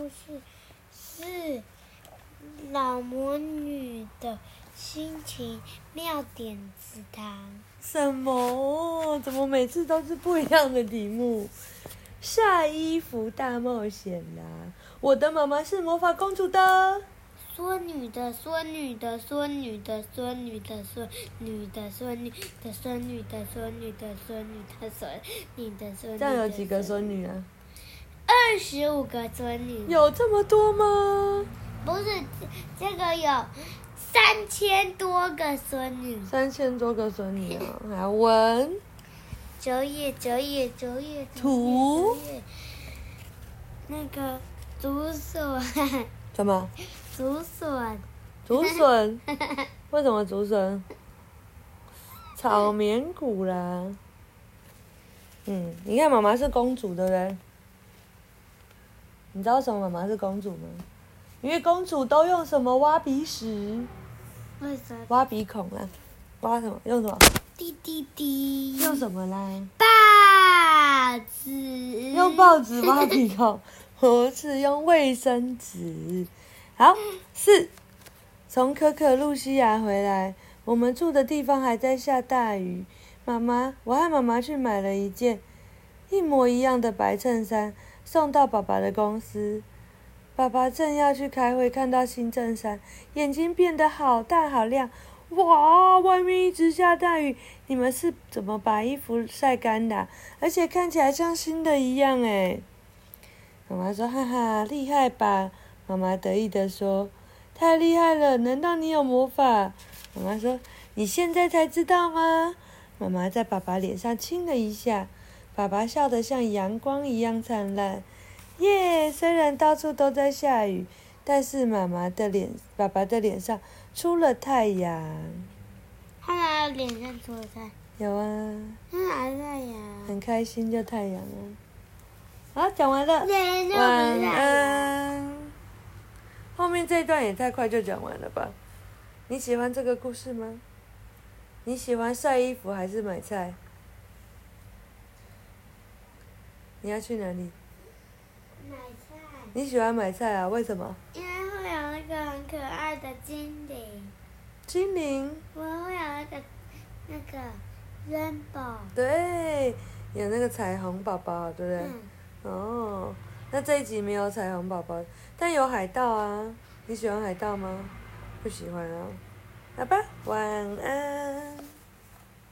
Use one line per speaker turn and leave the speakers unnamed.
事是老魔女的心情妙点子堂。
什么？怎么每次都是不一样的题目？晒衣服大冒险啦、我的妈妈是魔法公主的。
孙女的孙女的孙女的孙女的孙女的孙女的孙女的孙女的孙女的孙女的孙女。
这样有几个？孙女啊？
二十五个孙女。
有这么多吗？
不是这这个有三千多个孙女。
三千多个孙女啊！还有文
折页，折页，折页。
图
折页。那个竹笋，
什么？
竹笋，
竹笋？为什么竹笋？炒绵骨啦。嗯，你看妈妈是公主，对不对？你知道为什么妈妈是公主吗？因为公主都用什么挖鼻屎、
为什么？
挖鼻孔啦，挖什么？用什么？
滴滴滴。
用什么啦？
把子。
用报纸挖鼻孔，不是用卫生纸。好，四，从可可露西亚回来，我们住的地方还在下大雨。妈妈，我和妈妈去买了一件一模一样的白衬衫，送到爸爸的公司。爸爸正要去开会，看到新衬衫，眼睛变得好大好亮。哇，外面一直下大雨，你们是怎么把衣服晒干的啊、而且看起来像新的一样哎。妈妈说：“哈哈，厉害吧？”妈妈得意地说：“太厉害了！难道你有魔法？”妈妈说：“你现在才知道吗？”妈妈在爸爸脸上亲了一下，爸爸笑得像阳光一样灿烂。耶！虽然到处都在下雨，但是妈妈的脸，爸爸的脸上出了太阳。
他拿脸上涂炭，
有啊，
他拿太阳。
很开心就太阳啊。好，讲完了。
对，那我
晚
们来。
安。后面这一段也太快就讲完了吧？你喜欢这个故事吗？你喜欢晒衣服还是买菜？你要去哪里？
买菜，
你喜欢买菜啊？为什么？
因为会有那个很可爱的精灵，
精灵，
我会有那个那个 rainbow。
对，有那个彩虹宝宝，对不对？
嗯，
哦，那这一集没有彩虹宝宝，但有海盗啊。你喜欢海盗吗？不喜欢啊。好吧，晚安。